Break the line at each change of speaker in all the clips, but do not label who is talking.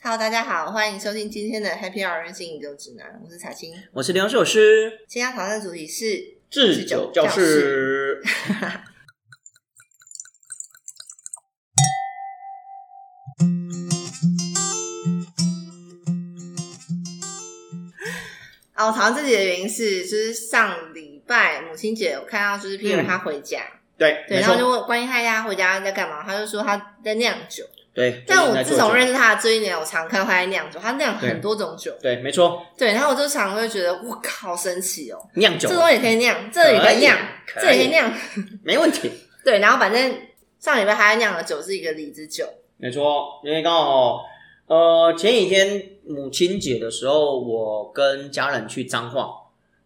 Hello，大家好，欢迎收听今天的 Happy Hour 任性饮酒指南，我是彩青。
我是梁首诗，
今天要讨论的主题是，
制酒教室。
啊，我讨论这集的原因是，就是上礼拜母亲节，我看到就是 Peter
嗯
他回家，
对，
对，
没
然后就
错，
问关心他家回家在干嘛，他就说他在酿酒。
对。
但我
在
自
做
从
酒
认识他的这一年，我常看到他在酿酒，他酿
对
很多种酒，
对，没错，
对，然后我就常会觉得，我靠，好神奇哦，
酿
这
酒
东西也可以酿，这也可以酿，
可以
这也可以酿，
没问题，
对，然后反正上礼拜他酿的酒是一个李子酒，
没错，因为刚好呃前几天母亲节的时候，我跟家人去彰化，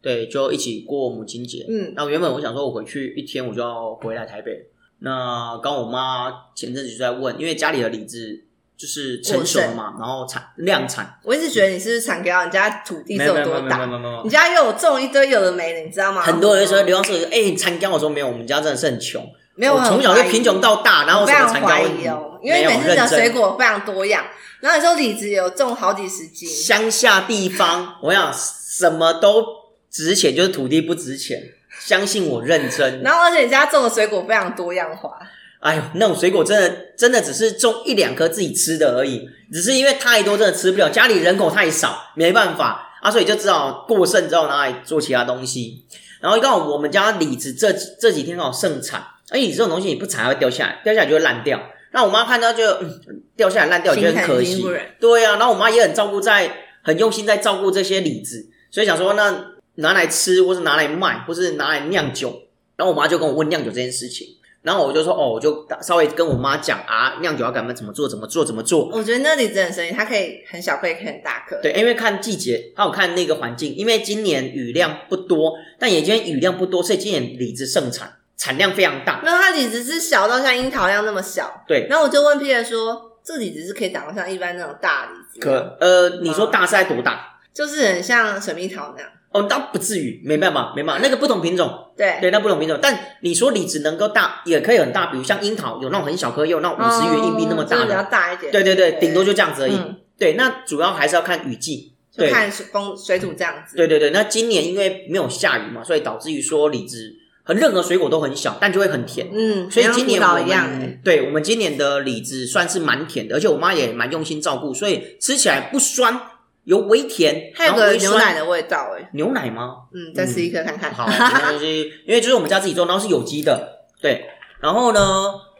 对，就一起过母亲节。
嗯
那原本我想说，我回去一天我就要回来台北。那刚我妈前阵子就在问，因为家里的李子就是成熟了嘛，然后产量产，
我一直觉得你是不是常给到人家土地是
没有没
有
有没
多
有没有没有
大？
没有没有
你，家又有种一堆有的没的，你知道吗？
很多人就说流浪社区，哎、你参加我说没有，我们家真的是很穷，
没有，啊
我从小就贫穷到大，然后
我非
什么
常
参
怀
加
疑哦，因为每次的水果非常多样，然后你说李子有种好几十斤，
乡下地方，我想什么都值钱，就是土地不值钱。相信我，认真。
然后而且你家种的水果非常多样化，
哎呦，那种水果真的真的只是种一两颗自己吃的而已，只是因为太多真的吃不了，家里人口太少，没办法啊，所以就只好过剩之后拿来做其他东西。然后刚好我们家李子这这几天刚好盛产，而且这种东西你不采它会掉下来，掉下来就会烂掉。那我妈看到就、嗯、掉下来烂掉，觉得
心
很
疼
可
心
惜
不。忍
对啊，然后我妈也很照顾在，很用心在照顾这些李子，所以想说那拿来吃，或是拿来卖，或是拿来酿酒。然后我妈就跟我问酿酒这件事情，然后我就说哦，我就打稍微跟我妈讲啊，酿酒要干嘛，怎么做，怎么做，怎么做。
我觉得那李子很神奇，它可以很小颗，也可以很大颗。
对，因为看季节，还有看那个环境，因为今年雨量不多，但也因为雨量不多，所以今年李子盛产，产量非常大。
没有，它李子是小到像樱桃一样那么小。
对，
然后我就问 Peter 说，这李子是可以长得像一般那种大李子吗，
可呃，你说大是在多大？
就是很像水蜜桃那样。
哦，那不至于，没办法，没办法，那个不同品种，
对，
对，那不同品种。但你说李子能够大，也可以很大，比如像樱桃有那种很小颗，也有那种五十元硬币那么
哦
大
就是比较
的。
大一点。
对对对，顶多就这样子而已。
嗯
对，那主要还是要看雨季。
就
对
看水风水土这样子。
对对对，那今年因为没有下雨嘛，所以导致于说李子和任何水果都很小，但就会很甜。
嗯，
所以今年我
跟葡萄一样欸
们对我们今年的李子算是蛮甜的，而且我妈也蛮用心照顾，所以吃起来不酸，有微甜，
还有
然后
个
微
牛奶
酸。
的味道哎。
牛奶吗？
嗯，再吃一颗看看。
好，这个东西，因为就是我们家自己做，然后是有机的，对。然后呢，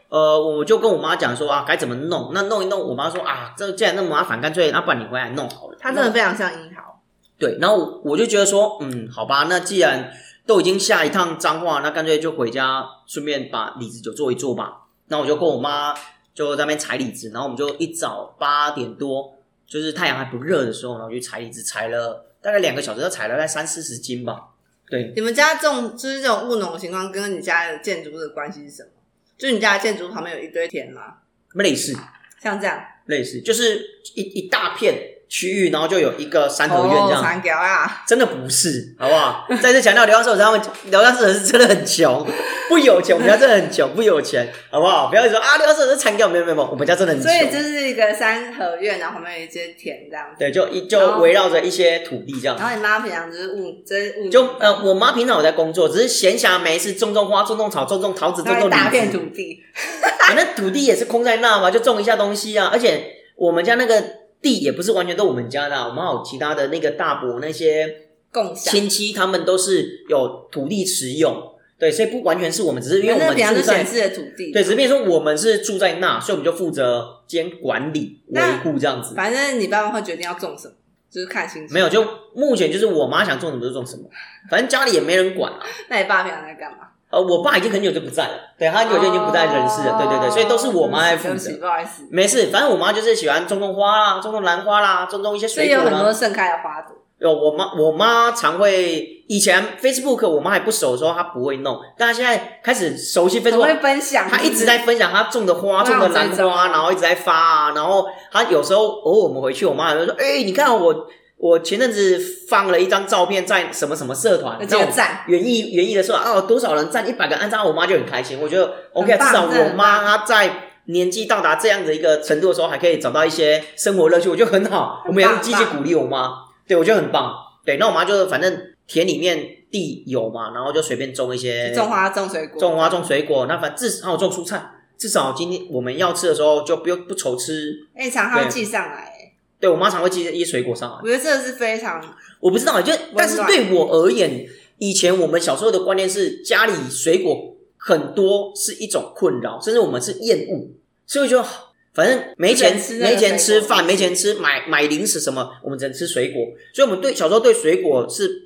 呃，我就跟我妈讲说啊，该怎么弄。那弄一弄，我妈说啊，这既然那么麻烦，干脆那不然你回来弄好了。
它真的非常像樱桃。
对，然后我就觉得说，嗯，好吧，那既然都已经下一趟彰化，那干脆就回家，顺便把李子酒做一做吧。那我就跟我妈就在那边采李子，然后我们就一早八点多，就是太阳还不热的时候，然后就采李子，采了大概两个小时，就采了大概三四十斤吧。对，
你们家种就是这种务农的情况，跟你家的建筑物的关系是什么？就你家的建筑旁边有一堆田吗？
类似。
像这样，
类似，就是一一大片区域，然后就有一个三合院
哦
这，样。
三条啊，
真的不是，好不好？再次强调，流浪社他们 流浪社是真的很穷，不有钱，我们家真的很穷，不有钱，好不好？不要说啊，流浪社是残掉，没有没有，没有我们家真的很
所以这
穷。
是一个三合院，然后旁边有一些田这样子。
对，就一
然
就
后
围绕着一些土地这样
然。后你妈平常就是务，就是务农
就呃，我妈平常有在工作，只是闲暇没事种种花、种种草、种种桃子、种
她
种
会
李
打遍
子，
土地，
反正土地也是空在那嘛，就种一下东西啊。而且我们家那个地也不是完全都我们家的啊、我们还有其他的那个大伯那些
共享。
亲戚他们都是有土地持有，对，所以不完全是我们，只是因为我
那
们
平常
住
就
在
显，示的土地，
对，只是变成说我们是住在那，所以我们就负责兼管理维
那
护这样子。
反正你爸妈会决定要种什么，就是看心情。
没有，就目前就是我妈想种什么就种什么，反正家里也没人管啊。
那你爸平常在干嘛？
呃，我爸已经很久就不在了，对他很久就已经不在人
哦
世了，对对对，所以都是我妈在负
对不起，对不起
责。
不好意思。
没事，反正我妈就是喜欢种种花啦，种种兰花啦，种种一些
所以
水
有
果
很
啦
多。盛开的花朵，
有呃我妈，我妈常会以前 Facebook 我妈还不熟的时候，她不会弄，但她现在开始熟悉
很
Facebook，
会分享。
她一直在分享她种的
哇
花、种的兰
这种
花，然后一直在发啊。然后她有时候偶尔我们回去，我妈还会说：“哎、你看我，我前阵子放了一张照片在什么什么社团，
有几
那
个
我
赞，
园艺园艺的时候啊，哦多少人赞一百个按赞，我妈就很开心。我觉得 OK，
很
至
棒
少
真的
我
很
妈她在年纪到达这样的一个程度的时候，还可以找到一些生活乐趣，我觉得很好。我们也是积极鼓励我妈，对我觉得很棒。对，那我妈就是反正田里面地有嘛，然后就随便种一些
种花种水果，
哎种花种水果，那反至少种蔬菜，至少今天我们要吃的时候就不用不愁吃。
哎，常常
对
寄上来、哎
对我妈常会寄一些水果上来，
我觉得这是非常
我不知道，就但是
温暖
对我而言，以前我们小时候的观念是家里水果很多是一种困扰，甚至我们是厌恶，所以就反正没钱
只能吃那个
没钱吃
水果
饭，没钱吃买买零食什么，我们只能吃水果，所以我们对小时候对水果是嘖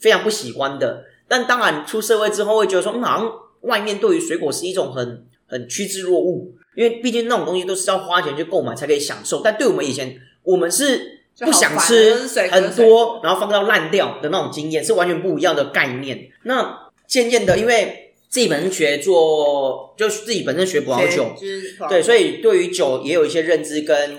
非常不喜欢的。但当然出社会之后会觉得说，嗯，好像外面对于水果是一种很很趋之若鹜，因为毕竟那种东西都是要花钱去购买才可以享受，但对我们以前我们是
就
不
好
想
烦
吃
就是水果
很多，然后放到烂掉的那种经验是完全不一样的概念。那渐渐的，因为自己本身学做，就是自己本身学葡萄酒，
就是黄
对，所以对于酒也有一些认知跟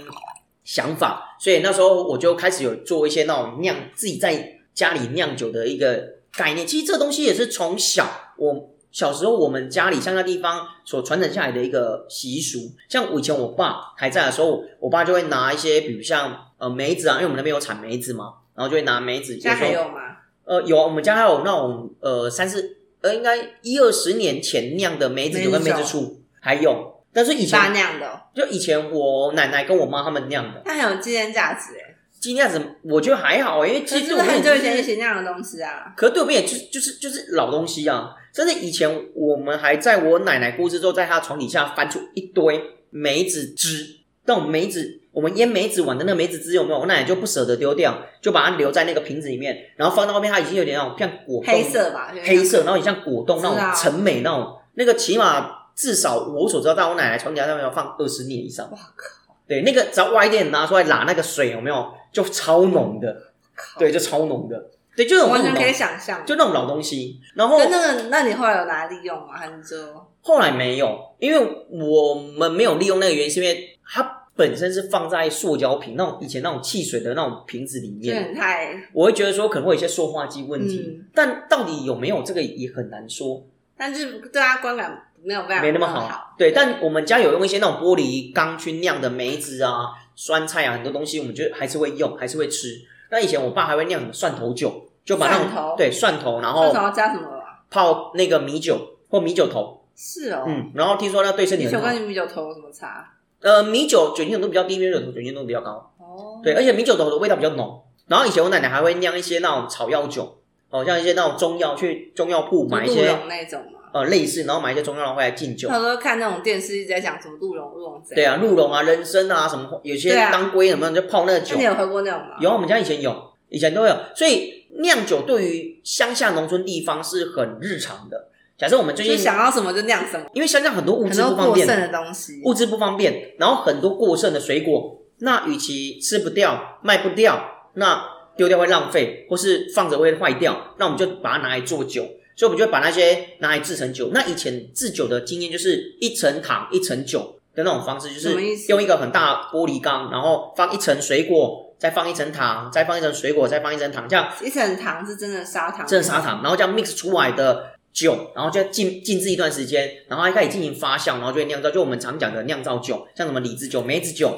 想法，所以那时候我就开始有做一些那种酿自己在家里酿酒的一个概念。其实这东西也是从小我小时候我们家里乡下地方所传承下来的一个习俗。像我以前我爸还在的时候，我爸就会拿一些，比如像呃梅子啊，因为我们那边有产梅子嘛，然后就会拿梅子，
现在
有时
还
候
有吗？
呃，有啊，我们家还有那种呃三四呃，应该一二十年前酿的梅子酒跟梅
梅子
子
酒
醋，还有，但是以
大
前
酿的哦，
就以前我奶奶跟我妈他们酿的，
它很有纪念价值哎。
今天子我觉得还好、因为
其
其实
实
对我们
很
也
久
就，
以前就是写那样的东西啊，
可是对我们也就就是就是老东西啊，甚至以前我们还在我奶奶过世之后，在她床底下翻出一堆梅子汁，那种梅子。我们腌梅子碗的那个梅子汁有没有？我奶奶就不舍得丢掉，就把它留在那个瓶子里面，然后放到后面，它已经有点那种像果冻
黑色吧，就是
黑色，然后你像果冻那
是
种
啊
陈美那种，那个起码至少我所知道，在我奶奶床底下上面要放二十年以上。
哇
靠！对，那个只要挖一点拿出来拉那个水有没有，就超浓的，
靠
对，就超浓的，对，就
我
有
完
那
全
种
可以
老
想象。
就那种老东西。然后
那那个，那你后来有拿来利用吗？还是就
后来没有，因为我们没有利用那个原因，是因为它本身是放在塑胶瓶那种以前那种汽水的那种瓶子里
就
面，
很太，
我会觉得说可能会有一些塑化剂问题，
嗯，
但到底有没有这个也很难说。
但是对它观感没有非常
没那么
好，
好。对，但我们家有用一些那种玻璃缸去酿的梅子啊、酸菜啊，很多东西我们就还是会用，还是会吃。那以前我爸还会酿什么蒜头酒，就把那种
蒜头
对蒜头，然
那
后
时候加什么啊？
泡那个米酒或米酒头，
是哦，
嗯，然后听说那对身体
米酒
很好。
跟米酒头有什么差？
呃，米酒酒精浓度比较低，米酒头酒精浓度比较高，
哦，
对，而且米酒头的味道比较浓。然后以前我奶奶还会酿一些那种草药酒，哦，像一些那种中药去中药铺嗯买一
就鹿
些
茸那种嘛。
呃类似，然后买一些中药然后回来敬酒。
他说看那种电视一直在讲什么鹿茸鹿茸怎
对
样，
啊，鹿茸啊、人参啊，什么有些
对啊
当归什么就泡那个酒
那你。有喝过那种吗？
有啊，我们家以前有，以前都有。所以酿酒对于乡下农村地方是很日常的。假设我们最
就
近，
想要什么就酿什么，
因为乡下很多物
很
资
多
不方
过剩
便，
的东西，
物资不方便，然后很多过剩的水果，那与其吃不掉、卖不掉，那丢掉会浪费，或是放着会坏掉，那我们就把它拿来做酒。所以我们就会把那些拿来制成酒。那以前制酒的经验就是一层糖一层酒的那种方式，就
什么
是
意思
用一个很大的玻璃缸，然后放一层水果，再放一层糖，再放一层水果，再放一层糖，这样
一层糖是真的砂糖，
这是砂糖，然后这样 mix 出来的酒，然后就静静置一段时间，然后它开始进行发酵，然后就会酿造，就我们常讲的酿造酒，像什么李子酒、梅子酒，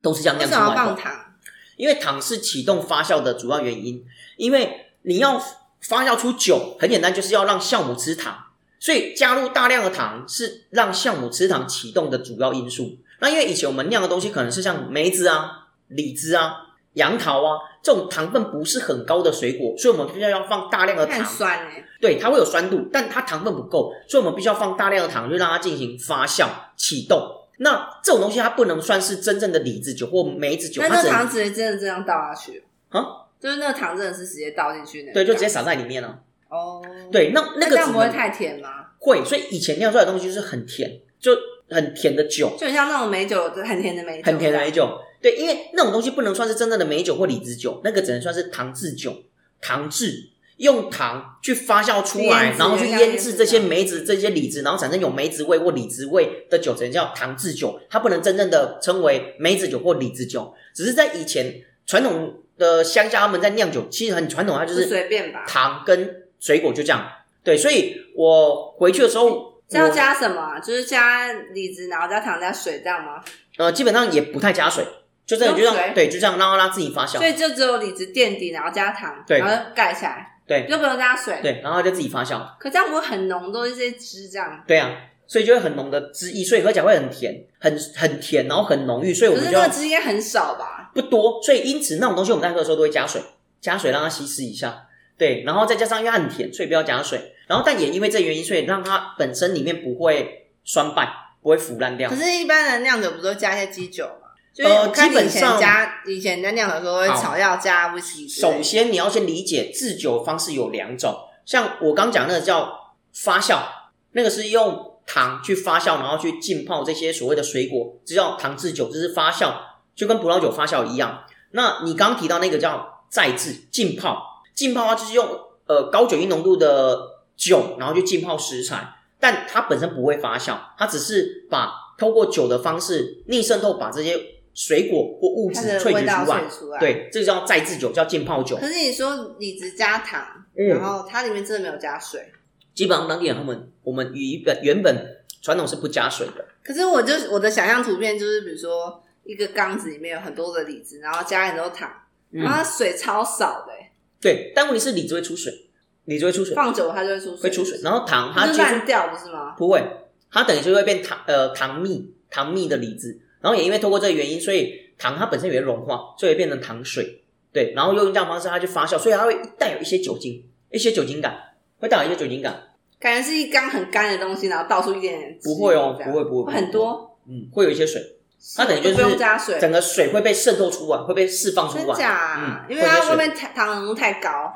都是这样
为
酿
什
出
么要
来
放
的。
糖？
因为糖是启动发酵的主要原因，因为你要发酵出酒，很简单，就是要让酵母吃糖，所以加入大量的糖是让酵母吃糖启动的主要因素。那因为以前我们酿的东西可能是像梅子啊、李子啊、杨桃啊这种糖分不是很高的水果，所以我们必须要放大量的
它很
糖
酸哎、
对，它会有酸度，但它糖分不够，所以我们必须要放大量的糖，就让它进行发酵启动。那这种东西它不能算是真正的李子酒或梅子酒，
那
它
那
只能
糖直接真的这样倒下去
啊？
就是那个糖真的是直接倒进去那
对，就直
接
接撒在里面了、
哦。，
对，那那
那
个
这样
只
不会
能
太甜吗？
会，所以以前酿出来的东西就是很甜，就很甜的酒，
就很像那种美酒，很甜的美酒，
很甜的美。酒。对，因为那种东西不能算是真正的美酒或李子酒，那个只能算是糖制酒，糖制用糖去发酵出来
腌，制
然后去
像
腌
腌
制
制
这些
的
梅子、这些李子，然后产生有梅子味或李子味的酒，只能叫糖制酒，它不能真正的称为梅子酒或李子酒。只是在以前传统的乡下，他们在酿酒其实很传统，它就
就是随便吧，
糖跟水果就这样。对，所以我回去的时候，
这要加什么啊？就是加李子，然后加糖加水这样吗？
呃，基本上也不太加水，就真的就
用
让
水
对，就这样让它自己发酵
所，以就只有李子垫底，然后加糖，
对
然后盖起来，
对
就不用加水。
对，然后它就自己发酵，
可这样不会很浓，都是这些汁这样。
对啊，所以就会很浓的汁液，所以喝起来会很甜，很很甜，然后很浓郁，所以我
可
们
是
就
那个汁应该很少吧？
不多，所以因此那种东西我们在喝的时候都会加水，加水让它稀释一下，对，然后再加上因为它很甜，所以不要加水，然后但也因为这原因，所以让它本身里面不会酸败，不会腐烂掉
可。是，一般的酿酒不都加一些基酒吗？就是
呃
我看
基本
以前
上
加以前在酿酒的时候会
好
草药加威士忌之类
首
的，
先你要先理解制酒方式有两种，像我刚讲那个叫发酵，那个是用糖去发酵，然后去浸泡这些所谓的水果，这叫糖制酒，这是发酵，就跟葡萄酒发酵一样。那你刚提到那个叫再制浸泡，浸泡它就是用呃高酒精浓度的酒，然后去浸泡食材，但它本身不会发酵，它只是把通过酒的方式逆渗透把这些水果或物质
它的
萃
味
取
道
出来
萃。出来。。
对，这个叫再制酒，叫浸泡酒
可。是你说李子加糖，然
嗯，
后它里面真的没有加水。
基本上当地人他们我们原本原本传统是不加水的，
可是我就我的想象图片就是，比如说一个缸子里面有很多的李子，然后加很多糖，
嗯
然后它水超少的欸、
对，但问题是李子会出水，李子会出水，
放久了它就会出水，
会出水，，然后糖
它
它就
就是烂掉不是吗？
不会，它等于就会变糖呃糖蜜糖蜜的李子，然后也因为透过这个原因，所以糖它本身也会融化，所以变成糖水，对，然后又用这样的方式它去发酵，所以它会带有一些酒精，一些酒精感，会带有一些酒精感，
感觉是一缸很干的东西，然后倒出一点点汁
不会哦，
这样
不会不会，
会很，多，
嗯，会有一些水，它等于就是
都不用加水，
整个水会被渗透出来，会被释放出
真
来，
假啊？
嗯
因为它
会
外
被
面糖糖浓度太高，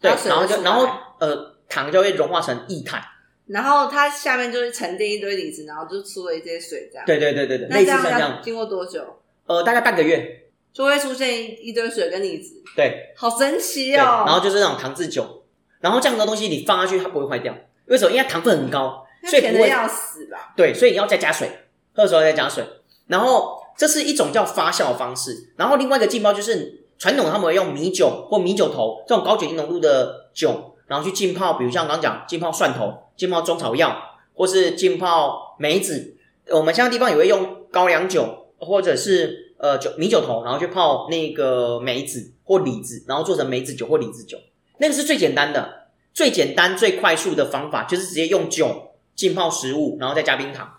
对，
它水
然后
出
就
来
然后呃糖就会融化成液态，
然后它下面就是沉淀一堆李子，然后就出了一些水这样。，
对对对对对，
那
类
这
似像
样
这
要
样，
经过多久
呃，大概半个月，
就会出现一一堆水跟李子？
对，
好神奇
对，
哦！
然后就是那种糖制酒，然后这样的东西你放下去它不会坏掉，为什么？因为它糖分很高，
那
所以
甜
不
的
会
要死吧？
对，所以你要再加水，喝的时候再加水，然后这是一种叫发酵的方式，然后另外一个浸泡就是传统他们会用米酒或米酒头这种高酒精浓度的酒，然后去浸泡，比如像刚刚讲浸泡蒜头、浸泡中草药，或是浸泡梅子，我们现在地方也会用高粱酒或者是呃酒米酒头，然后去泡那个梅子或李子，然后做成梅子酒或李子酒，那个是最简单的、最简单、最快速的方法，就是直接用酒浸泡食物，然后再加冰糖，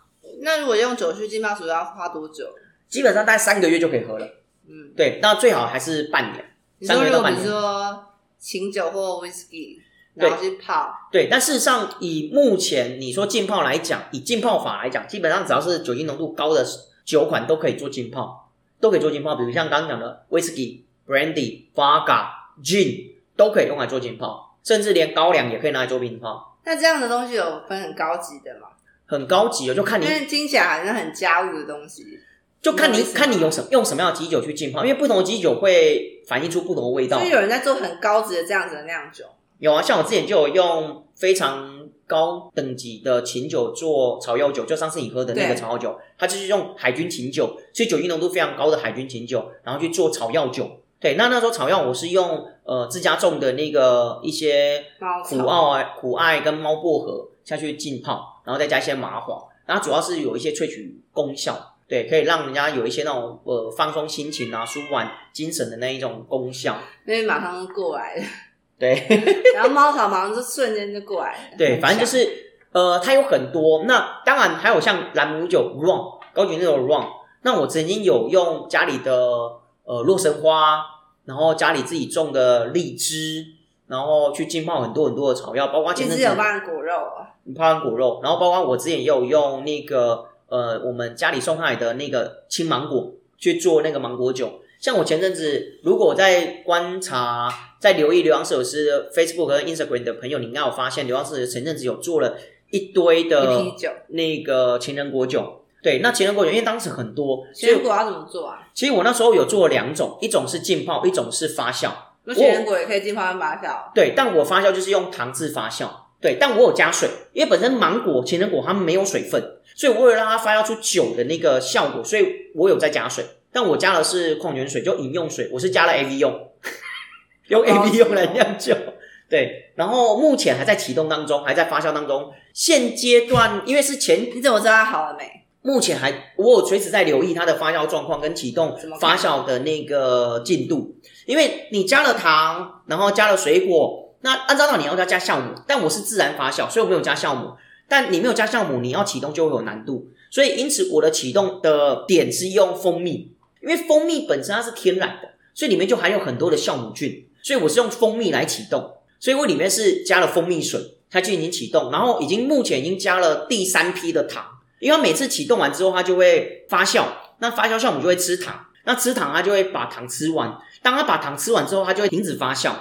那如果用酒去浸泡水要花多久？
基本上大概三个月就可以喝了。
嗯，
对，那最好还是半年。
你
三
说
个月
如果
到半
比
年
如说琴酒或 whisky，然后去泡，
对，但事实上，以目前你说浸泡来讲，以浸泡法来讲，基本上只要是酒精浓度高的酒款都可以做浸泡，都可以做浸泡。比如像刚刚讲的 whisky、brandy、vodka、gin 都可以用来做浸泡，甚至连高粱也可以拿来做浸泡，
那这样的东西有分很高级的嘛？
很高级哦。就看你
因为听起来好像很家务的东西，
就看你
那为什么
看你用什么用什么样的基酒去浸泡，因为不同的基酒会反映出不同的味道
所以。有人在做很高级的这样子的酿酒。
有啊，像我之前就有用非常高等级的琴酒做草药酒，就上次你喝的那个
对
草药酒，它就是用海军琴酒，所以酒精浓度非常高的海军琴酒，然后去做草药酒。对，那那时候草药我是用呃自家种的那个一些
猫草
苦奥啊、苦艾跟猫薄荷下去浸泡，然后再加一些麻黄，然后主要是有一些萃取功效，对，可以让人家有一些那种呃放松心情啊、舒缓精神的那一种功效。
那边马上就过来了，
对，
然后猫草马上就瞬间就 过来了。
对，反正就是是呃，它有很多。那当然还有像兰姆酒 rum 高级那种 rum。那我曾经有用家里的呃洛神花，然后家里自己种的荔枝，然后去浸泡很多很多的草药，包括
其
前阵
实
子
有拌果肉哦，
泡完果肉，然后包括我之前也有用那个呃我们家里送上来的那个青芒果去做那个芒果酒。像我前阵子，如果我在观察、在留意流浪摄影师的 Facebook 和 Instagram 的朋友，你应该有发现，流浪摄影师前阵子有做了一堆
一
的
批酒。
那个情人果酒。对，那情人果酒因为当时很多，所以
水果要怎么做啊？
其实我那时候有做了两种，一种是浸泡，一种是发酵。
那水果也可以浸泡跟发酵，
对，但我发酵就是用糖制发酵，对，但我有加水，因为本身芒果、情人果它们没有水分，所以我为了让它发酵出酒的那个效果，所以我有在加水，但我加的是矿泉水，就饮用水，我是加了 A V 用，用 A V 用来酿酒，对，然后目前还在启动当中，还在发酵当中。现阶段因为是前，
你怎么知道它好了没？
目前还我有随时在留意它的发酵状况跟启动
怎么
发
看
酵的那个进度，因为你加了糖，然后加了水果，那按照道理你要加酵母，但我是自然发酵，所以我没有加酵母。但你没有加酵母，你要启动就会有难度，所以因此我的启动的点是用蜂蜜，因为蜂蜜本身它是天然的，所以里面就含有很多的酵母菌，所以我是用蜂蜜来启动，所以我里面是加了蜂蜜水，它就已经启动，然后已经目前已经加了第三批的糖，因为它每次启动完之后，它就会发酵，那发酵酵母就会吃糖，那吃糖它就会把糖吃完，当它把糖吃完之后，它就会停止发酵，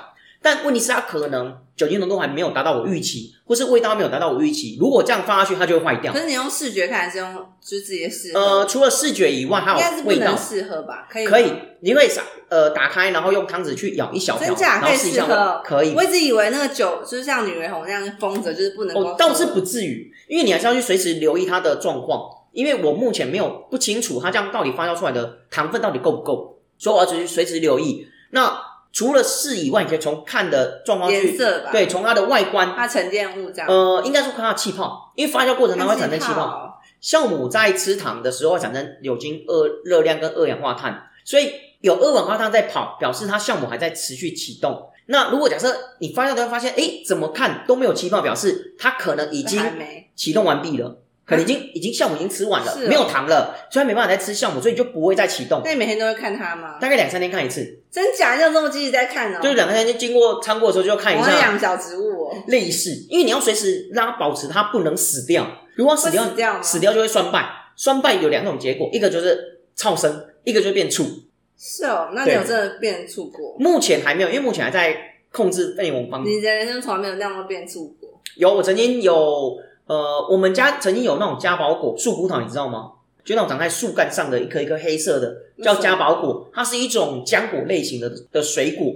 但问题是它可能酒精浓度还没有达到我预期，或是味道没有达到我预期，如果这样放下去，它就会坏掉
可。是你用视觉看还是用就是自己的视
呃，
呃，
除了视觉以外，还
应该是
有
不
味道
能。试喝吧？可以吗
可以，你会撒呃打开，然后用汤匙去舀一小条，
真假
然后
可以
试一
试
下
喝
味道
哦
可以
我。一直以为那个酒就是像女儿红那样封着，就是不能够
哦，倒是不至于，因为你还是要去随时留意它的状况，因为我目前没有不清楚它这样到底发酵出来的糖分到底够不够，所以我要随时随时留意。那除了视以外，你可以从看的状况
颜
去，
色吧？，
对，从它的外观，
它沉淀物这样。
呃，应该说看它的气泡，因为发酵过程它会产生气
它是
泡。酵母在吃糖的时候会产生酒精、二热量跟二氧化碳，所以有二氧化碳在跑，表示它酵母还在持续启动。那如果假设你发酵的会发现，哎，怎么看都没有气泡，表示它可能已经
还没
启动完毕了，可能已经已经酵母已经吃完了，
是哦
没有糖了，所以它没办法再吃酵母，所以你就不会再启动
那。你每天都会看它吗？
大概两三天看一次，
真假要这么积极在看哦？
就是两三天就经过穿过的时候就看一
我会
下，
养小植物哦，
类似，因为你要随时让它保持它不能死掉，如果它死掉
会死掉吗
死掉就会酸败，酸败有两种结果，一个就是超生，一个就是变醋。
是哦。那你
对
有真的变醋过？
目前还没有，因为目前还在控制内容方面。
你的人生从来没有那样过变醋过？
有，我曾经有，呃，我们家曾经有那种加宝果树葡萄，你知道吗？就那种长在树干上的一颗一颗黑色的，叫加宝果，它是一种浆果类型的的水果。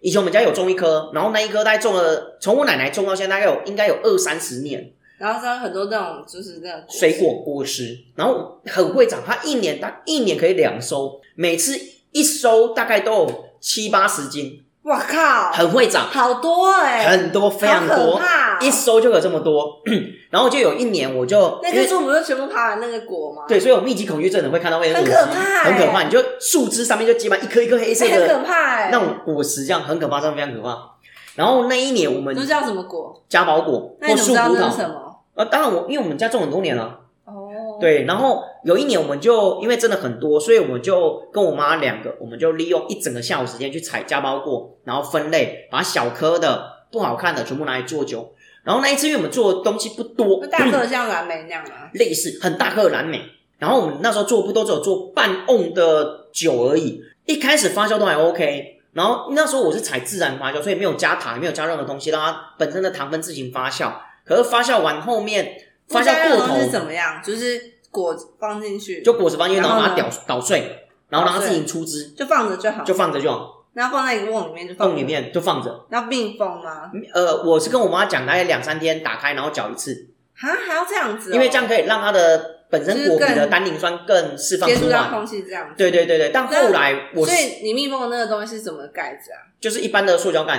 以前我们家有种一棵，然后那一棵大概种了，从我奶奶种到现在大概有应该有二三十年，
然后知道很多那种就是那种
水果果实，然后很会长，它一年它一年可以两收，每次一收大概都有七八十斤，
哇靠，
很会长，
好多哎、
很多非常
好可
多，
怕哦、
一收就有这么多。 然后就有一年我就
那
因为
棵树不是全部爬完那个果吗？
对，所以我密集恐惧症的会看到会
很
恶
可
心
怕
很可
欸
怕。你就树枝上面就结满一颗一颗黑色
哎，很
的
可怕哎、
那种果实，这样很可怕，真的非常可怕。然后那一年我们
都叫什么果？
加宝果
那
或
你怎么
树
知道那
葡
是什
萄，
么？
呃，当然我因为我们家种很多年了。
哦，，
对，然后有一年我们就因为真的很多，所以我们就跟我妈两个，我们就利用一整个下午时间去采家包果，然后分类，把小颗的不好看的全部拿来做酒。然后那一次因为我们做的东西不多
那，大个像蓝莓那样 啊，
类似很大颗的蓝莓。然后我们那时候做不都只有做半瓮的酒而已，一开始发酵都还 OK。然后那时候我是采自然发酵，所以没有加糖，也没有加任何东西，让它本身的糖分自行发酵。可是发酵完后面发酵过头
是怎么样？就是果放进去
就果实方因，然后把它
然
捣捣碎，然后让它
捣
自
碎
己出汁，
就放着就好，
就放着就好，
然后放在一个瓮里面就放
放里，面就放着。
要密封吗？
呃，我是跟我妈讲，大概两三天打开，然后搅一次，
啊，还要这样子哦、
因为这样可以让它的本身果皮
就是
的
更
单宁酸更释放
接
出
触到
来。
空气这样子。
对对对对，但后来我
所
是
以你密封的那个东西是什么盖子啊？
就是一般的塑胶盖，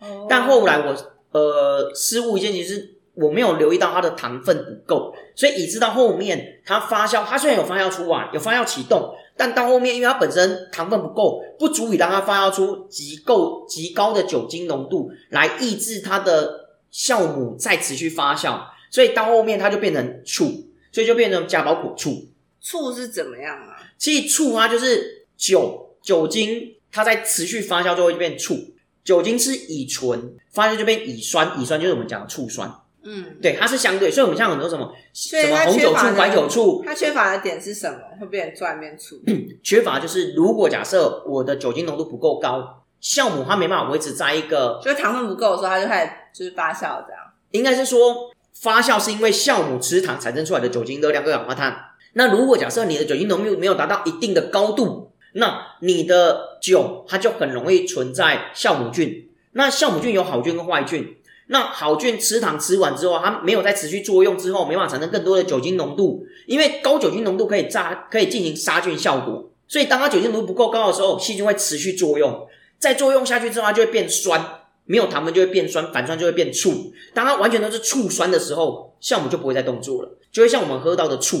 哦
但后来我呃失误一件事是。我没有留意到它的糖分不够，所以以致到后面它发酵，它虽然有发酵出来，有发酵启动，但到后面因为它本身糖分不够，不足以让它发酵出极够极高的酒精浓度来抑制它的酵母再持续发酵，所以到后面它就变成醋，所以就变成加宝果醋。
醋是怎么样啊？
其实醋它就是酒酒精，它在持续发酵就会变醋。酒精是乙醇，发酵就变乙酸，乙酸就是我们讲的醋酸。
嗯，
对，它是相对，所以我们像很多什么
以
什么
它
红酒
缺乏
醋、
的
白酒醋，
它缺乏的点是什么？会变成突然变 醋？
缺乏就是如果假设我的酒精浓度不够高，酵母它没办法维持在一个，
就是糖分不够的时候，它就开始就是发酵这样。
应该是说发酵是因为酵母吃糖产生出来的酒精热量二氧化碳。那如果假设你的酒精浓度没有达到一定的高度，那你的酒它就很容易存在酵母菌。那酵母菌有好菌跟坏菌。那好菌吃糖吃完之后，它没有再持续作用之后，没办法产生更多的酒精浓度，因为高酒精浓度可以杀，可以进行杀菌效果。所以当它酒精浓度不够高的时候，细菌会持续作用，再作用下去之后，它就会变酸，没有糖分就会变酸，反酸就会变醋。当它完全都是醋酸的时候，酵母就不会再动作了，就会像我们喝到的醋，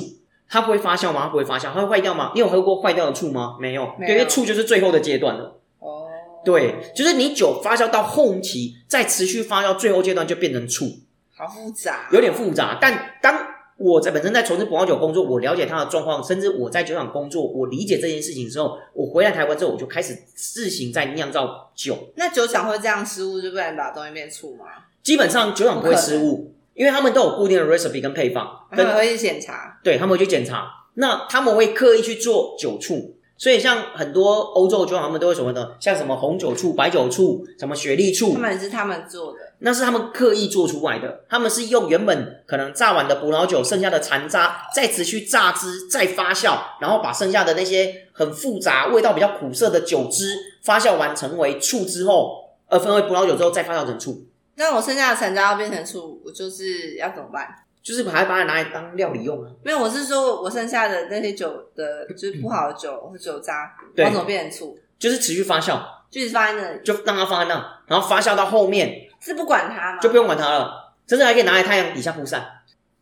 它不会发酵吗？它不会发酵，它会坏掉吗？你有喝过坏掉的醋吗？没有，
没有
对因为醋就是最后的阶段了。
哦，
对，就是你酒发酵到后期，再持续发酵，最后阶段就变成醋，
好复杂，啊
有点复杂。但当我在本身在从事葡萄酒工作，我了解它的状况，甚至我在酒厂工作，我理解这件事情之后，我回来台湾之后，我就开始自行在酿造酒。
那酒厂会这样失误，就不然把东西变醋吗？
基本上酒厂不会失误，因为他们都有固定的 recipe 跟配方，
他
跟
们会去检查，
对他们会去检查。那他们会刻意去做酒醋，所以像很多欧洲的酒厂，他们都会什么呢？像什么红酒醋、白酒醋、什么雪莉醋
他，们是他们做的，
那是他们刻意做出来的，他们是用原本可能榨完的葡萄酒剩下的残渣，再持续榨汁，再发酵，然后把剩下的那些很复杂、味道比较苦涩的酒汁发酵完成为醋之后，呃，分为葡萄酒之后再发酵成醋，
那我剩下的残渣要变成醋，我就是要怎么办？
就是把它把它拿来当料理用啊。
没有，我是说我剩下的那些酒的，就是不好的酒或酒渣，我
对
要怎么变成醋？
就是持续发酵，
就一直放在那里，
就让它放在那，然后发酵到后面
是不管它吗？
就不用管它了，甚至还可以拿来太阳底下曝晒，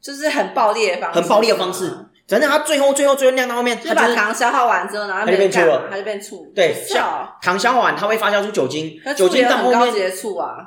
就是很暴力的方式，
很暴力的方式。反正它最后最后最后酿到后面，
就是
它就
把
是
糖消耗完之后，然后
它就变醋
干嘛
了
它就变醋。
对
是哦，
糖消完，它会发酵出酒精
那，醋
酒
也
精
有
到
很
后
高
面
级的醋啊。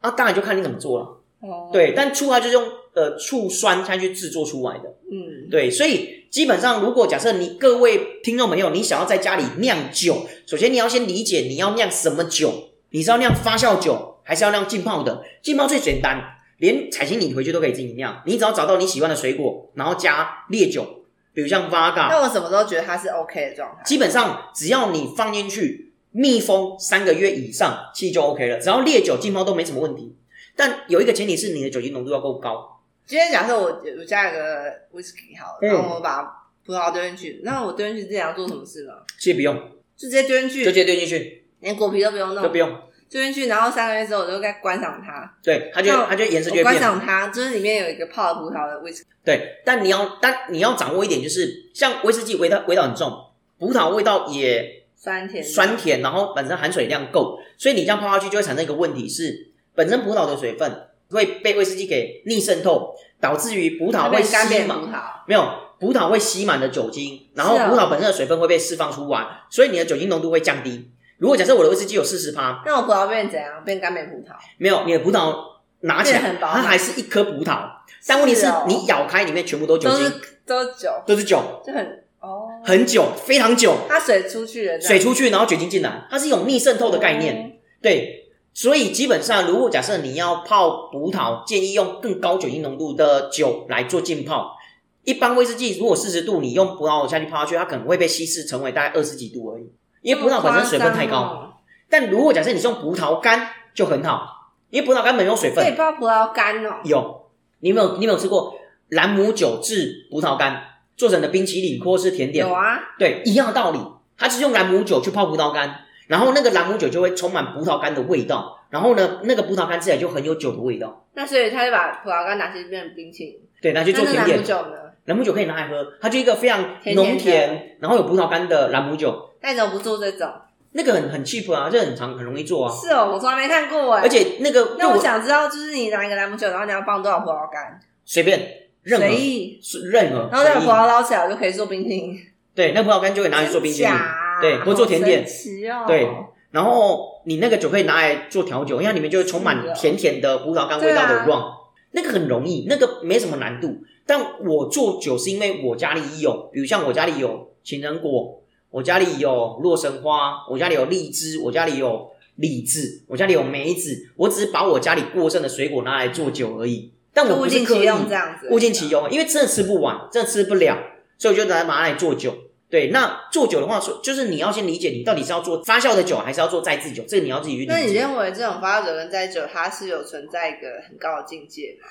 啊，当然就看你怎么做了。
哦，，
对，但醋它就是用呃醋酸下去制作出来的。
嗯，
对，所以基本上，如果假设你各位听众朋友，你想要在家里酿酒，首先你要先理解你要酿什么酒，你是要酿发酵酒，还是要酿浸泡的？浸泡最简单，连彩青你回去都可以自己酿，你只要找到你喜欢的水果，然后加烈酒，比如像 v o d a
那我什么时候觉得它是 OK 的状态？
基本上只要你放进去密封三个月以上，其实就 OK 了。只要烈酒、浸泡都没什么问题。但有一个前提是你的酒精浓度要够高，
今天假设我我加了个 whisky 好了，
嗯
然后我把葡萄丢进去，那我丢进去之前要做什么事呢？
其实不用，
就直接丢进
就直
去，嗯
接丢进去，
连果皮都不用弄
就，不用。
丢进去，然后三个月之后我就该观赏它。
对，它就
那
它就颜色
我
就会
观
变。
赏它，就是里面有一个泡的葡萄的 whisky，
对，但你要但你要掌握一点，就是像威士忌味道味道很重，葡萄味道也
酸甜的
酸甜，然后本身含水量够，所以你这样泡下去就会产生一个问题是，本身葡萄的水分会被威士忌给逆渗透，导致于葡萄
它
会
变干
吸
变
满
葡。萄，
没有，葡萄会吸满了酒精，然后
是啊
葡萄本身的水分会被释放出来，所以你的酒精浓度会降低。如果假设我的威士忌有四十趴，
那我葡萄变怎样？变干变葡萄，
没有，你的葡萄拿起来
变得很饱
它
满
还是一颗葡萄，但问题是
哦
你咬开里面全部都酒
都
精，
是都是酒，
都是酒，
就很哦，
很久，非常久，
它水出去了，这样
水出去然后酒精进来，它是一种逆渗透的概念。
哦
对，所以基本上，如果假设你要泡葡萄，建议用更高酒精浓度的酒来做浸泡。一般威士忌如果四十度，你用葡萄下去泡下去，它可能会被稀释成为大概二十几度而已，因为葡萄本身水分太
这么夸
高。
张哦
但如果假设你是用葡萄干就很好，因为葡萄干没有水
可以
分。
泡葡萄干哦，
有，你有没有你有没有吃过兰姆酒制葡萄干做成的冰淇淋或是甜点？
有啊，
对，一样的道理，它是用兰姆酒去泡葡萄干，然后那个兰姆酒就会充满葡萄干的味道，然后呢，那个葡萄干自然就很有酒的味道。
那所以他就把葡萄干拿去变冰淇淋，
对，拿去做
那
甜
那兰姆
点，
酒呢？
兰姆酒可以拿来喝，它就一个非常
甜
浓
甜
甜，然后有葡萄干的兰姆酒，
那你怎么不做这种？
那个很很 cheap 啊，这很常很容易做啊，
是哦，我从来没看过哎。
而，且那个
那
对
我想知道，就是你拿一个兰姆酒，然后你要放多少葡萄干，
随便任何
随意，
是任何，
然后再把葡
随意
萄捞起来，我就可以做冰淇淋，
对，那葡萄干就可以拿去做冰淇淋
真，假
对或做甜点
好神奇哦，
对然后你那个酒可以拿来做调酒，因为它里面就会充
是
满
哦
甜甜的葡萄干味道的 rum，、那
啊
个很容易，那个没什么难度。但我做酒是因为我家里有，比如像我家里有情人果，我家里有洛神花，我家里有荔枝，我家里有李子，我家里有梅子，我只是把我家里过剩的水果拿来做酒而已。但
就
我
物
不是
尽
刻
其
意
用这样子，
物尽其用，因为真的吃不完，真的吃不了，所以我就拿来拿来做酒。对，那做酒的话，说就是你要先理解你到底是要做发酵的酒，还是要做再制酒，这个你要自己去理解。
那你认为这种发酵酒跟斋酒，它是有存在一个很高的境界吗？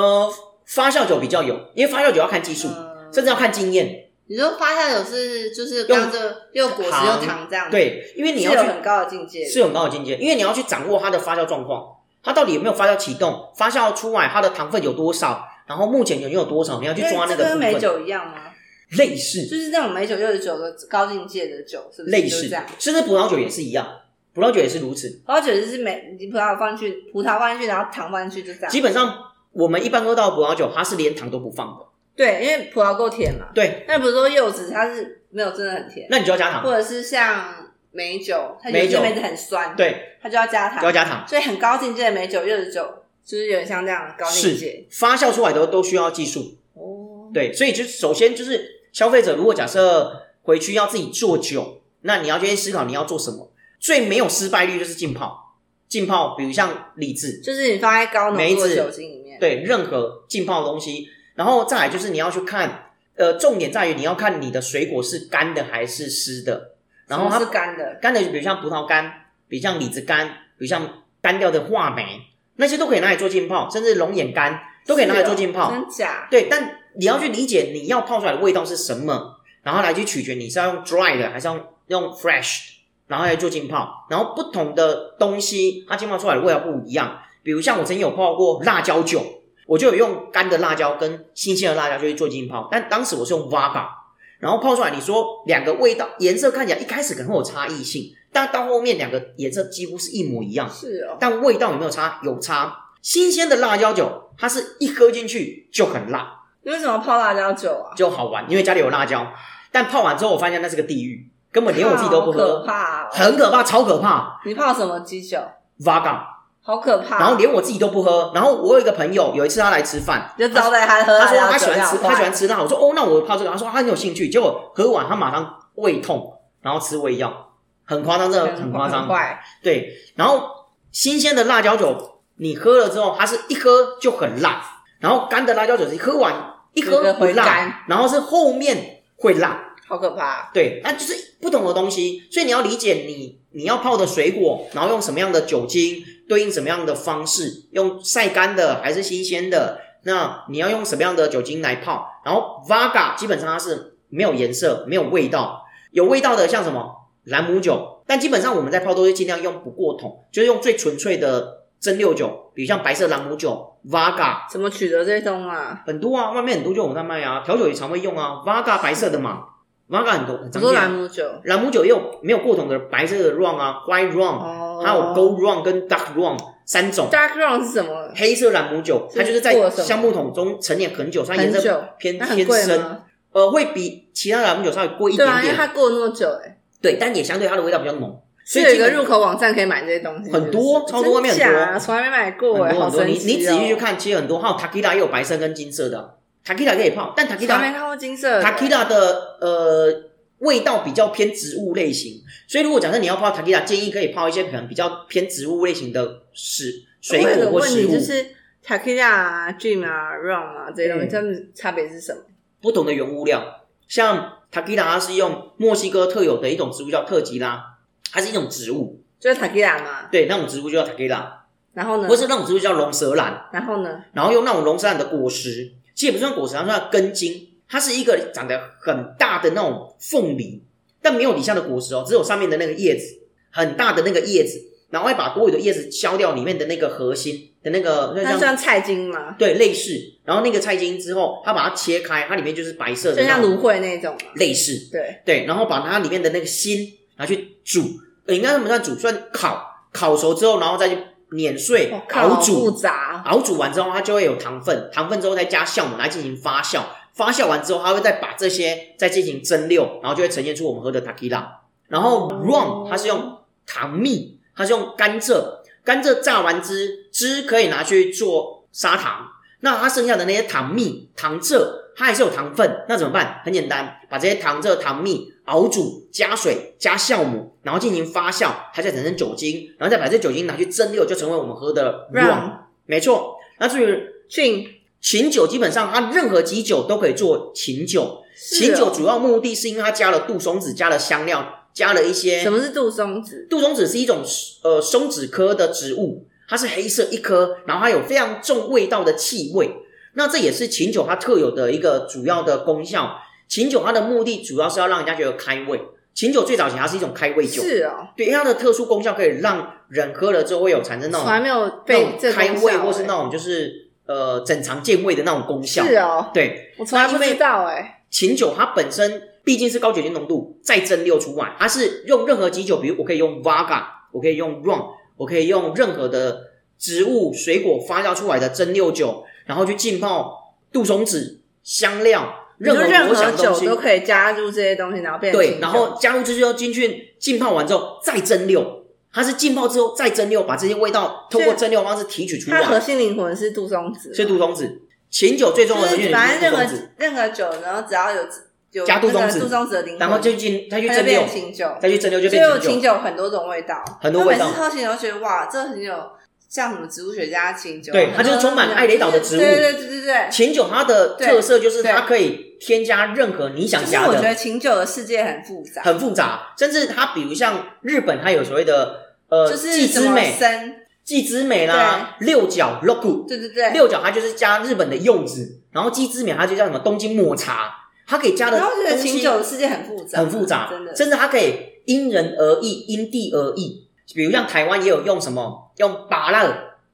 呃，发酵酒比较有，因为发酵酒要看技术，
嗯
甚至要看经验。
你说发酵酒是就是刚这又果实又糖这样子，，
对，因为你
嗯是
要
有
去
很高的境界的。
是有很高的境界，因为你要去掌握它的发酵状况，它到底有没有发酵启动，发酵出来它的糖分有多少，然后目前有没有多少，你要去
因为
抓那
这
个
跟
部
美
分。
酒一样吗？
类似
就是那种美酒六十九的高境界的酒，是不是？
类
就是
似
这样。，
甚至葡萄酒也是一样。葡萄酒也是如此。
葡萄酒就是每你葡萄放进去，葡萄放进去，然后糖放进去，就这样。
基本上我们一般喝到的葡萄酒，它是连糖都不放的。
对，因为葡萄够甜嘛。
对，啊
那比如说柚子，它是没有真的很甜，
那你就要加
或
糖。
者是像美酒，它有
美
些
酒
梅子很酸，，
对，
它就要加
要
糖。
加糖。
所以很高境界的美酒、柚子酒，就是有点像这样的高境界
是。发酵出来的都需要技术。
哦，
对，所以就是首先就是消费者如果假设回去要自己做酒，那你要先思考你要做什么。最没有失败率就是浸泡，浸泡比如像李子，
就是你放在高浓
梅
度的
子
酒精里面。
对任何浸泡的东西，然后再来就是你要去看，呃，重点在于你要看你的水果是干的还是湿的，然后
什么
它
是干的，
干的，比如像葡萄干，比如像李子干，比如像干掉的话梅，那些都可以拿来做浸泡，甚至龙眼干都可以拿来做浸泡。
是哦真假？
对，但你要去理解你要泡出来的味道是什么，然后来去取决你是要用 dry 的还是要用 fresh，然后来做浸泡。然后不同的东西，它浸泡出来的味道不一样。比如像我曾经有泡过辣椒酒，我就有用干的辣椒跟新鲜的辣椒去做浸泡，但当时我是用 Vaga，然后泡出来，你说两个味道颜色看起来一开始可能会有差异性，但到后面两个颜色几乎是一模一样。
是哦，
但味道有没有差？有差。新鲜的辣椒酒，它是一喝进去就很辣，
你为什么泡辣椒酒啊？
就好玩，因为家里有辣椒。但泡完之后，我发现那是个地狱，根本连我自己都
好
不
可
喝，
怕哦！
很可怕，超可怕。
你泡什么鸡酒？
Vaga，
好可怕！哦
然后连我自己都不喝。然后我有一个朋友，有一次他来吃饭，
你就招待他喝
他
辣
说
椒
他喜
酒，
欢吃，他喜欢
吃。
吃辣。我说哦，那我泡这个。他说他很有兴趣，结果喝完他马上胃痛，然后吃胃药，很夸张，真的很夸张
很。快，
对，然后新鲜的辣椒酒，你喝了之后，它是一喝就很辣，然后干的辣椒酒是一喝完一
有一个
喝不
回甘
辣，然后是后面会辣，
好可怕！
对，那就是不同的东西，所以你要理解你你要泡的水果，然后用什么样的酒精，对应什么样的方式，用晒干的还是新鲜的，那你要用什么样的酒精来泡，然后 Vaga 基本上它是没有颜色，没有味道，有味道的像什么兰姆酒，但基本上我们在泡都是尽量用不过桶，就是用最纯粹的蒸馏酒，比如像白色兰姆酒 Vaga
怎么取得这种啊？
很多啊，外面很多就有在卖啊，调酒也常会用啊，Vaga 白色的嘛，Vaga 很多很
我
常
说
见啊。
兰姆酒
朗姆酒也有没有过桶的白色的 rum 啊，white rum，、
哦，
还有 gold rum 跟 dark rum 三种。
dark rum 是什么？
黑色朗姆酒，
是
它就是
做
在
什么
橡木桶中陈年很久，所以它
很
颜色
久，
偏
那很
偏
贵
深，
吗？
呃，会比其他朗姆酒稍微贵一
对
点
啊，因为
点，
它过了那么久，哎，
对，但也相对它的味道比较浓，所
是
以
有一
这
个入口网站可以买这些东西，
很
是
多
不是
超多外面很
真
多
假啊从来没买过，
很
哎，
多
好
很多，
神
你
奇哦！
你仔细去看，其实很多，还有 tequila 也有白色跟金色的，tequila 可以泡，但
从来
tequila
没看过金色的
tequila 的呃味道比较偏植物类型，所以如果假设你要泡 tequila，建议可以泡一些可能比较偏植物类型的食水
我有
果
个
或
问
食
题
物，
就是。塔 q 拉啊、gin 啊、rum 啊这些东西，
嗯
它们差别是什么？
不同的原物料。像 tequila 它是用墨西哥特有的一种植物叫特吉拉，它是一种植物，
就是塔 q 拉嘛，
对，那种植物就叫 tequila，
然后呢
或？是那种植物叫龙舌兰，
然后呢？
然后用那种龙舌兰的果实，其实也不算果实，它算根茎，它是一个长得很大的那种凤梨，但没有底下的果实哦，只有上面的那个叶子，很大的那个叶子，然后会把多余的叶子削掉里面的那个核心的那个，那
那
像
算菜金吗？
对类似，然后那个菜茎之后，它把它切开，它里面就是白色的
就
那
像
种
芦荟那种嘛。
类似，
对，
对，然后把它里面的那个心拿去煮，呃应该怎么算煮？算烤，烤熟之后，然后再去碾碎
我、靠，
熬
好
煮
复，杂，
熬煮完之后，它就会有糖分，糖分之后再加酵母来进行发酵，发酵完之后，它会再把这些再进行蒸馏，然后就会呈现出我们喝的 tequila。然后
哦
rum 它是用糖蜜，它是用甘蔗，甘蔗榨完汁，汁可以拿去做砂糖。那它剩下的那些糖蜜、糖蔗，它还是有糖分，那怎么办？很简单，把这些糖蔗、糖蜜熬煮，加水、加酵母，然后进行发酵，它再产生酒精，然后再把这酒精拿去蒸馏，就成为我们喝的 rum。
rum
没错。那至于
菌
琴酒，基本上它任何基酒都可以做琴酒。
是
琴
哦
酒主要目的是因为它加了杜松子，加了香料，加了一些
什么是杜松子？
杜松子是一种呃松子科的植物，它是黑色一颗，然后它有非常重味道的气味。那这也是琴酒它特有的一个主要的功效。琴酒它的目的主要是要让人家觉得开胃。琴酒最早以前它是一种开胃酒，
是哦，
对，因为它的特殊功效可以让人喝了之后会有产生那
从
种
来没有
那
被
种
这
开
功
胃
效
或是
欸
那种就是呃整肠健胃的那种功效。
是哦，
对，
我从来
那
不
因为
知道哎，
琴酒它本身毕竟是高酒精浓度，再蒸馏出来，它是用任何基酒，比如我可以用 Vaga，我可以用 rum，我可以用任何的植物、水果发酵出来的蒸馏酒，然后去浸泡杜松子、香料，任何
你说任
我想
何
的东
酒
西
都。可以加入这些东西，然后变成清
对，
酒
然后加入这些金去浸泡完之后再蒸馏，它是浸泡之后再蒸馏，把这些味道通过
所
蒸馏方式提取出
它核
来，
心灵魂是杜松子嘛，
是杜松子。琴酒最重要的
就是反正任
原理是杜松子
何，任何酒，然后只要有有
加杜
那个
松子
杜松子的灵魂，
然后就进它去
它
蒸
就变
馏，
清酒。
再去蒸馏就
所以我
变琴
清
酒。
酒很多种味道，
很多味道
我每次喝清酒都觉得哇，这很有像什么植物学家清酒，
对
很多
它就是充满
那种
爱雷岛的植物
对对对对对。
琴酒它的特色就是它可以添加任何你想
就是
加
我觉
的，
得清酒的世界很复杂，
很复杂，甚至它比如像日本，它有所谓的呃
就是
祭
什
之
么
美、
生，
祭之美啦、六角 roku，
对对对，
六角它就是加日本的柚子，然后鸡之美它就叫什么东京抹茶，它可以加的
然后我觉得
东
清
西
酒的世界很复杂，
很复杂，
真的。
甚至它可以因人而异，因地而异。比如像台湾也有用什么用芭乐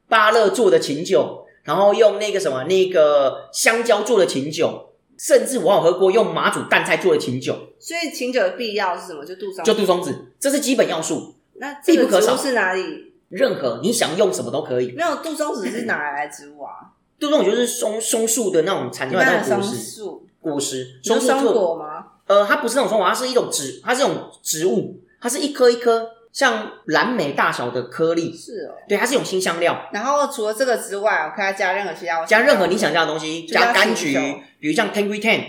芭乐做的琴酒，然后用那个什么那个香蕉做的琴酒，甚至我有喝过用马祖淡菜做的琴酒，
所以清酒的必要是什么？就杜松
就。杜松子，这是基本要素。
那这
必不
个
可
植
少
物是哪里？
任何你想用什么都可以，
没有杜松子是哪来的植物啊？
杜松子就是松松树的那种产
一
出来
般
的
的
果
松
实，
树，
果实
你说
松树
松
做
果吗？
呃，它不是那种松果，它是一种植，它是一种植物，它是一颗一颗像蓝莓大小的颗粒。
是哦。
对，它是一种新香料，
然后除了这个之外，我看它加任何其他，我
加任何你想加的东西，
就加
加柑
清
橘
酒，
比如像 Tangry Ten，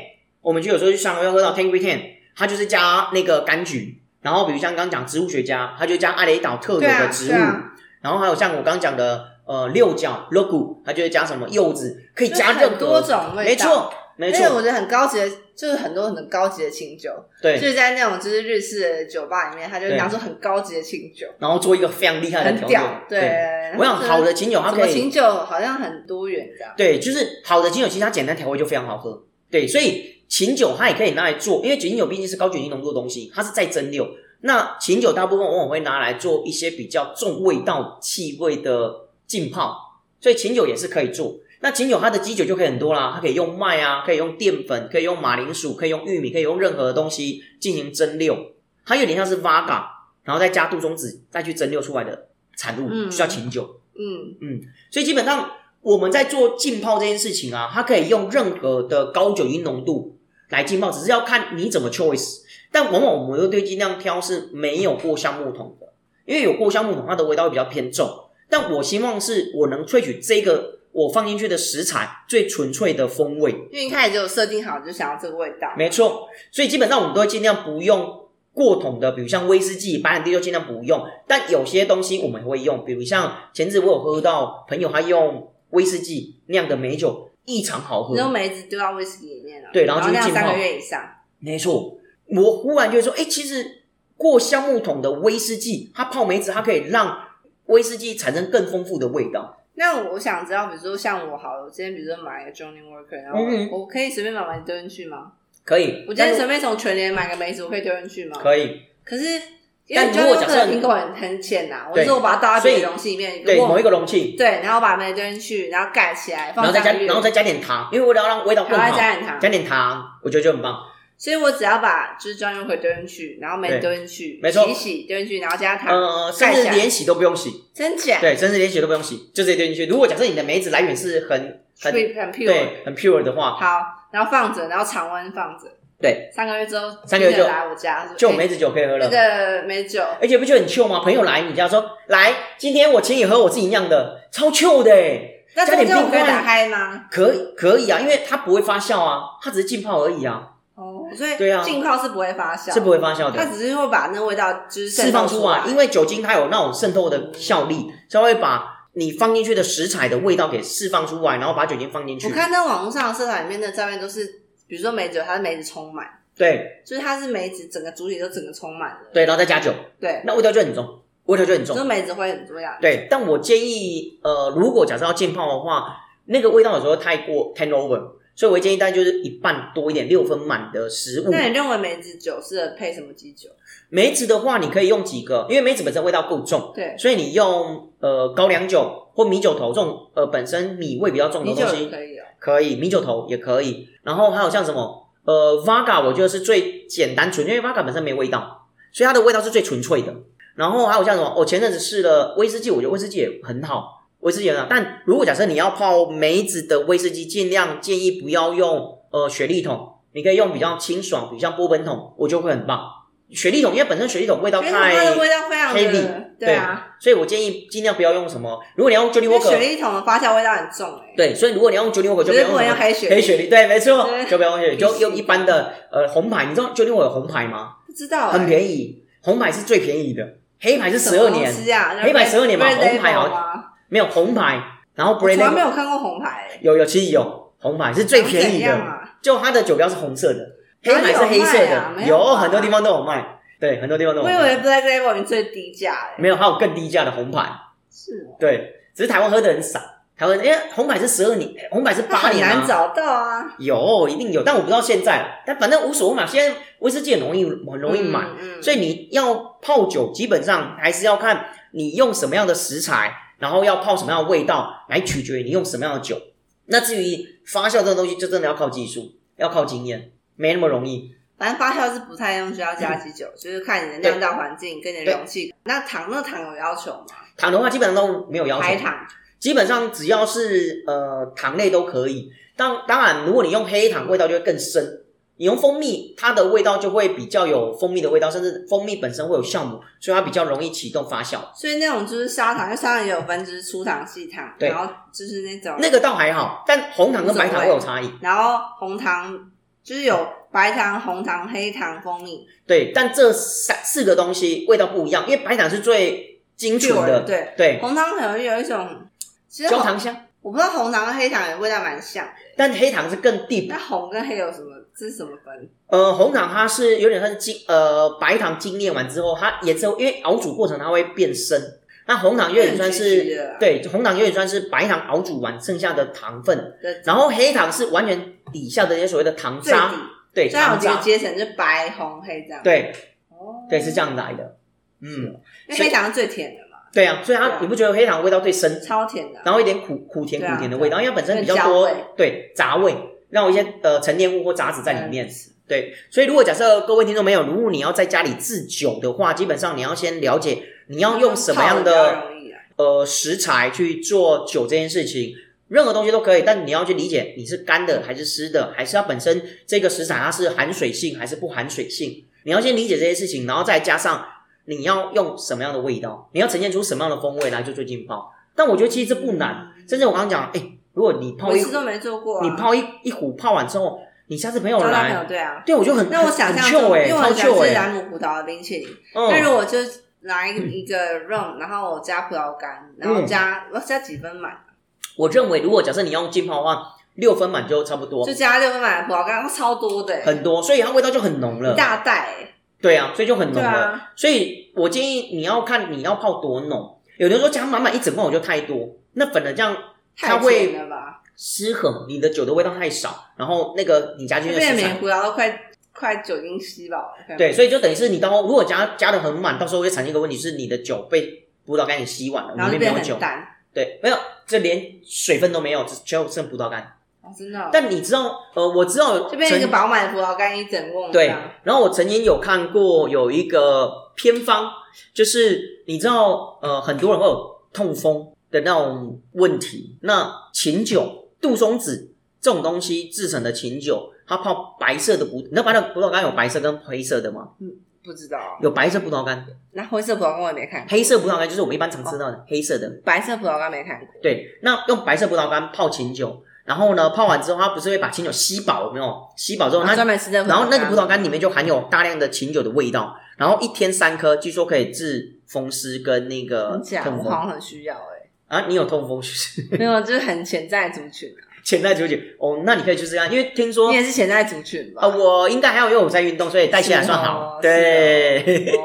我们就有时候去上要喝到 Tangry Ten，它就是加那个柑橘，然后比如像刚刚讲植物学家，它就加艾雷岛特有
对啊
的植
对
物，
啊
然后还有像我刚刚讲的呃六角 logo，它就会加什么柚子，可以
就是
加任何
很多种味道
没错没
那个
错，
我觉得很高级的，就是很多很高级的清酒，就
对，
是在那种就是日式的酒吧里面，他就
对
拿出很高级的清酒，
然后做一个非常厉害的
很
调
屌
料，，
对。
我想好的琴酒它
什
可
么
以
清酒好像很多元这样，
对，就是好的琴酒，其实它简单调味就非常好喝。对，所以琴酒它也可以拿来做，因为琴酒毕竟是高酒精浓度的东西，它是在蒸馏。那琴酒大部分往往会拿来做一些比较重味道、气味的浸泡，所以琴酒也是可以做。那琴酒它的基酒就可以很多啦，它可以用麦啊，可以用淀粉，可以用马铃薯，可以用玉米，可以用任何的东西进行蒸馏。它有点像是 Vaga，然后再加杜松子，再去蒸馏出来的产物，
嗯
就叫琴酒。
嗯，
所以基本上我们在做浸泡这件事情啊，它可以用任何的高酒精浓度来浸泡，只是要看你怎么 choice。但往往我们都对尽量挑是没有过橡木桶的，因为有过橡木桶，它的味道会比较偏重。但我希望是我能萃取这个我放进去的食材最纯粹的风味，
因为一开始就有设定好，就想要这个味道，
没错。所以基本上我们都会尽量不用过桶的，比如像威士忌、白兰地就尽量不用。但有些东西我们会用，比如像前次我有喝到朋友他用威士忌酿的美酒，异常好喝
你。说梅子丢到威士忌里面了，
对
然
然后就
那样
是浸泡
三个月以上，
没错，我忽然就说，哎、其实过橡木桶的威士忌，它泡梅子，它可以让威士忌产生更丰富的味道。
那我想知道，比如说像我好了，我今天比如说买个 Johnny Walker，然后
嗯嗯
我可以随便买梅子丢进去吗？
可以，
我今
但
天
是
随便从全联买个梅子，我可以丢进去吗？
可以，
可是，因为
但
j o
如果
h
假设
的苹果很很浅呐、我
对
说我把它倒到
所以
别的容器里面，
对
如果
某一个容器，
对，然后把梅子丢进去，然后盖起来，
然
放
后再加，
上去
然后再加点糖，因为为了要让味道
然
更
后再
好，
加点糖
加，点糖，我觉得就很棒。
所以我只要把就是 Johnny Walker 丢进去，然后梅子丢进去，
没错
洗一洗丢进去，然后加糖，
呃，甚
盖
至
起来
连洗都不用洗，
真假？
对，甚至连洗都不用洗，就直接丢进去。如果假设你的梅子来源是很很
，pure 很 pure。
对很 pure 的话，
好，然后放着，然后常温放着，
对，三
三个月之后，
三个月
记得
就
来我家，
就
说哎
梅子酒可以喝
那
了。
个梅酒，
而且不就很 Q 吗？朋友来你家说，来，今天我请你喝我自己酿的，超 Q 的欸
那
加
中
点
间我
冰
可以打
块，
开吗？
可以可以啊，因为它不会发酵啊，它只是浸泡而已啊，
哦，所以
对啊
浸泡是不会发酵，
是不会发酵
它
的，
只是会把那味道就是渗
释放
透
出啊
出
来，因
为
为酒精它有那种渗透的效力，它会把你放进去的食材的味道给释放出来，然后把酒精放进去
我。看到网络上的社团里面的照片都是，比如说梅酒，它是梅子充满，
对
就是它是梅子整个主体都整个充满了，
对，然后再加酒，
对，
那味道就很重，味道就很
所
重。
以梅子会很重要。
对，但我建议，呃，如果假设要浸泡的话，那个味道有时候太过 ten over，所以我会建议大家就是一半多一点，六分满的食物。
那你认为梅子酒适合配什么基酒？
梅子的话，你可以用几个，因为梅子本身味道够重，
对，
所以你用呃高粱酒或米酒头这种呃本身米味比较重的
米
东
酒也
西，
可以哦。
可以米酒头也可以。然后还有像什么呃 Vaga，我觉得是最简单纯，因为 Vaga 本身没味道，所以它的味道是最纯粹的。然后还有像什么，我前阵子试了威士忌，我觉得威士忌也很好，威士忌很好。但如果假设你要泡梅子的威士忌，尽量建议不要用呃雪莉桶，你可以用比较清爽，比较波本桶，我觉得会很棒。雪莉桶因为本身雪莉桶味道
因为它
太
的，味道非常的
heavy，，
对啊，
所以我建议尽量不要用什么。如果你要用 Johnny
因为雪
Walker，
莉桶的发酵味道很重哎，
欸对，所以如果你要用 Johnny Walker
绝
就不
对
要
不
用
能
什
用
么
黑雪
黑
莉。
雪莉，对，没错，
对
就不要用雪 莉，
必须
就用一般的呃红牌。你知道 Johnny Walker 红牌吗？
不知道欸
很
宜，
便宜，红牌是最便宜的，黑牌是十二年，
吃啊，
黑白12年嘛
Red
红牌
Label
好
吗？
没有红牌，然后
我
Brand
从来没
Label-
有看过红牌欸，
有有其实有红牌是最便
怎
宜
样
的，嗯
啊？
就它的酒标是红色的，黑
哪里
牌是黑色
有卖啊
的，
没有吧
很多地方都有卖，对，很多地方都有
我以
卖，
为 Black Label 已经最低价哎，
没有还有更低价的红牌，
是哦，
对，只是台湾喝的很少，台湾因为红牌是十二年，红牌是
它
八
很
年啊
难找到啊，
有一定有，但我不知道现在，但反正无所谓嘛，现在威士忌很容易很容易买。
嗯，嗯
所以你要泡酒，基本上还是要看你用什么样的食材，然后要泡什么样的味道，来取决于你用什么样的酒。那至于发酵这个东西，就真的要靠技术，要靠经验，没那么容易。
反正发酵是不太用需要
嗯
加基酒，就是看你的酿造环境跟你的容器。那糖那糖有要求吗？
糖的话，基本上都没有要求
白，糖
基本上只要是呃糖类都可以。当当然，如果你用黑糖，味道就会更深。你用蜂蜜，它的味道就会比较有蜂蜜的味道，甚至蜂蜜本身会有酵母，所以它比较容易启动发酵。
所以那种就是砂糖，因为砂糖也有分，就是粗糖、细糖，
对
然后就是那种
那个倒还好，但红糖跟白糖会有差异。
然后红糖就是有白糖、红糖、黑糖、蜂蜜，
对，但这三四个东西味道不一样，因为白糖是最精纯的，
对，
对，
红糖可能有一种，其实
焦
红
糖香，
我不知道红糖跟黑糖的味道蛮像，
但黑糖是更 deep
那。红跟黑有什么？这是什么分？
呃，红糖它是有点像是精呃白糖精炼完之后，它颜色因为熬煮过程它会变深，那红糖有点算
有点橘橘的
是
啦
对红糖有点算是白糖熬煮完剩下的糖分，
对
然后黑糖是完全底下的那些所谓的糖
最底
渣，，对
虽然有
糖
几个
渣，
阶层，就是白、红、黑这样。，
对
哦，
对是这，样来的，嗯，
因为黑糖是最甜的嘛，
对啊，所
对
以它
啊
你不觉得黑糖味道最深
超甜的啊。
然后一点苦苦甜
对啊
苦甜的味道，因为它本身比较
有
多
焦味
对杂味，让我一些呃沉淀物或杂质在里面
嗯。
对，所以如果假设各位听众朋友，如果你要在家里制酒的话，基本上你要先了解你要用什么样
泡比
的
较容易啊？
呃食材去做酒这件事情。任何东西都可以，但你要去理解你是干的还是湿的，还是它本身这个食材它是含水性还是不含水性，你要先理解这些事情，然后再加上你要用什么样的味道，你要呈现出什么样的风味来做最劲泡。但我觉得其实这不难，甚至我刚刚讲，哎、如果你
嗯
泡
我
一
一次都没做过啊。
你泡一一壶泡完之后，你下次朋友
交到朋
来，
友对啊。
对我就很
那我想象
很
中，
秀哎、
因为我
超
很喜欢
秀
吃
哎、
蓝姆葡萄的冰淇淋，那
嗯，
如果就拿一个一个 rum，然后我加葡萄
嗯
干，然后加我加几分满，
我认为如果假设你要用浸泡的话，六分满就差不多
就，加六分满的葡萄干，超多的欸，
很多，所以它味道就很浓了
一。大袋欸。
对啊，所以就很浓
对
了。
啊，
所以我建议你要看你要泡多浓，有的人说加满满一整罐我就太多，那反而这样
太
它会
甜了吧？
失衡，你的酒的味道太少，然后那个你加进
这
去的
边
食
每个
材，
葡萄都快快酒精吸饱了。
对，所以就等于是你到时候如果加加的很满，到时候会产生一个问题，是你的酒被葡萄干给吸完
然
了，
后
里
就
面
变
没有
得
酒
很，淡。
对，没有，这连水分都没有，只只有剩葡萄干。
哦，真的哦，
但你知道，呃，我知道
就变成一个
曾
饱满的葡萄干一整瓮这
对
样。，
然后我曾经有看过有一个偏方，就是你知道，呃，很多人会有痛风的那种问题。那琴酒、杜松子这种东西制成的琴酒，它泡白色的葡，你知道白的葡萄干有白色跟黑色的吗？
不知道，
有白色葡萄干，
那灰色葡萄干我也没看过，
黑色葡萄干就是我们一般常吃
哦
到的黑色的。
白色葡萄干没看过。
对，那用白色葡萄干泡琴酒，然后呢，泡完之后，它不是会把琴酒吸饱，有没有？吸饱之后，它
我啊专门吃这个，
然后那个葡萄干里面就含有大量的琴酒的味道，然后一天三颗，据说可以治风湿跟那个
很假，
痛
我好
风
像很需要哎、
啊。你有痛风是不 是？
没有，就是很潜在族群、啊，
潜在纠结哦，那你可以去试看，因为听说
你也是潜在族群吧？
啊，我应该还有因为我在运动，所以代谢还算
是
好。
哦
对，
哦，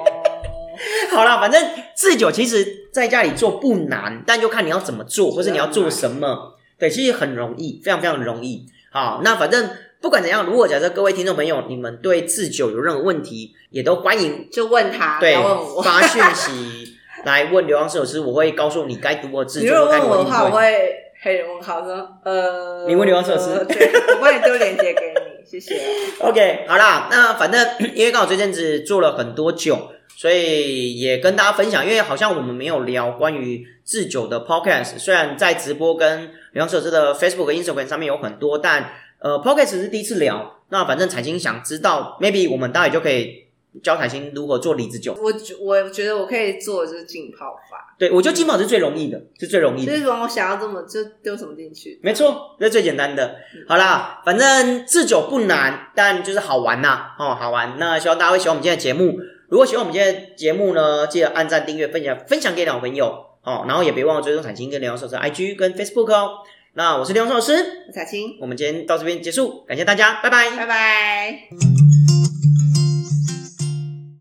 好啦，反正制酒其实在家里做不难，但就看你要怎么做，
啊
或是你要做什么。对，其实很容易，非常非常容易。好，那反正不管怎样，如果假设各位听众朋友你们对制酒有任何问题，也都欢迎
就问他，不
对
要问，我。
发讯息来问流浪摄影师，我会告诉你该如何制
你
作
如，果
该
问
如何
我的
应
话，我
对。
会黑人问号说，呃，
你问刘洋硕士
对，我帮你丢链接给你，谢谢。啊
OK，好啦，那反正因为刚好这阵子做了很多酒，所以也跟大家分享，因为好像我们没有聊关于制酒的 podcast，虽然在直播跟刘洋设置的 Facebook、Instagram 上面有很多，但呃 podcast 是第一次聊。那反正彩星想知道，maybe 我们大概就可以教彩星如何做李子酒。
我觉我觉得我可以做的就是浸泡法，
对我觉得金宝是最容易的，是最容易的
就。是我想要这么就丢什么进去，
没错，这是最简单的。好啦，反正制酒不难，但就是好玩呐、哦，好玩。那希望大家会喜欢我们今天的节目。如果喜欢我们今天的节目呢，记得按赞、订阅、分享，分享给老朋友哦。然后也别忘了追踪产经跟梁老师的 IG 跟 Facebook 哦。那我是梁老师，
彩青，
我们今天到这边结束，感谢大家，拜拜。
拜拜。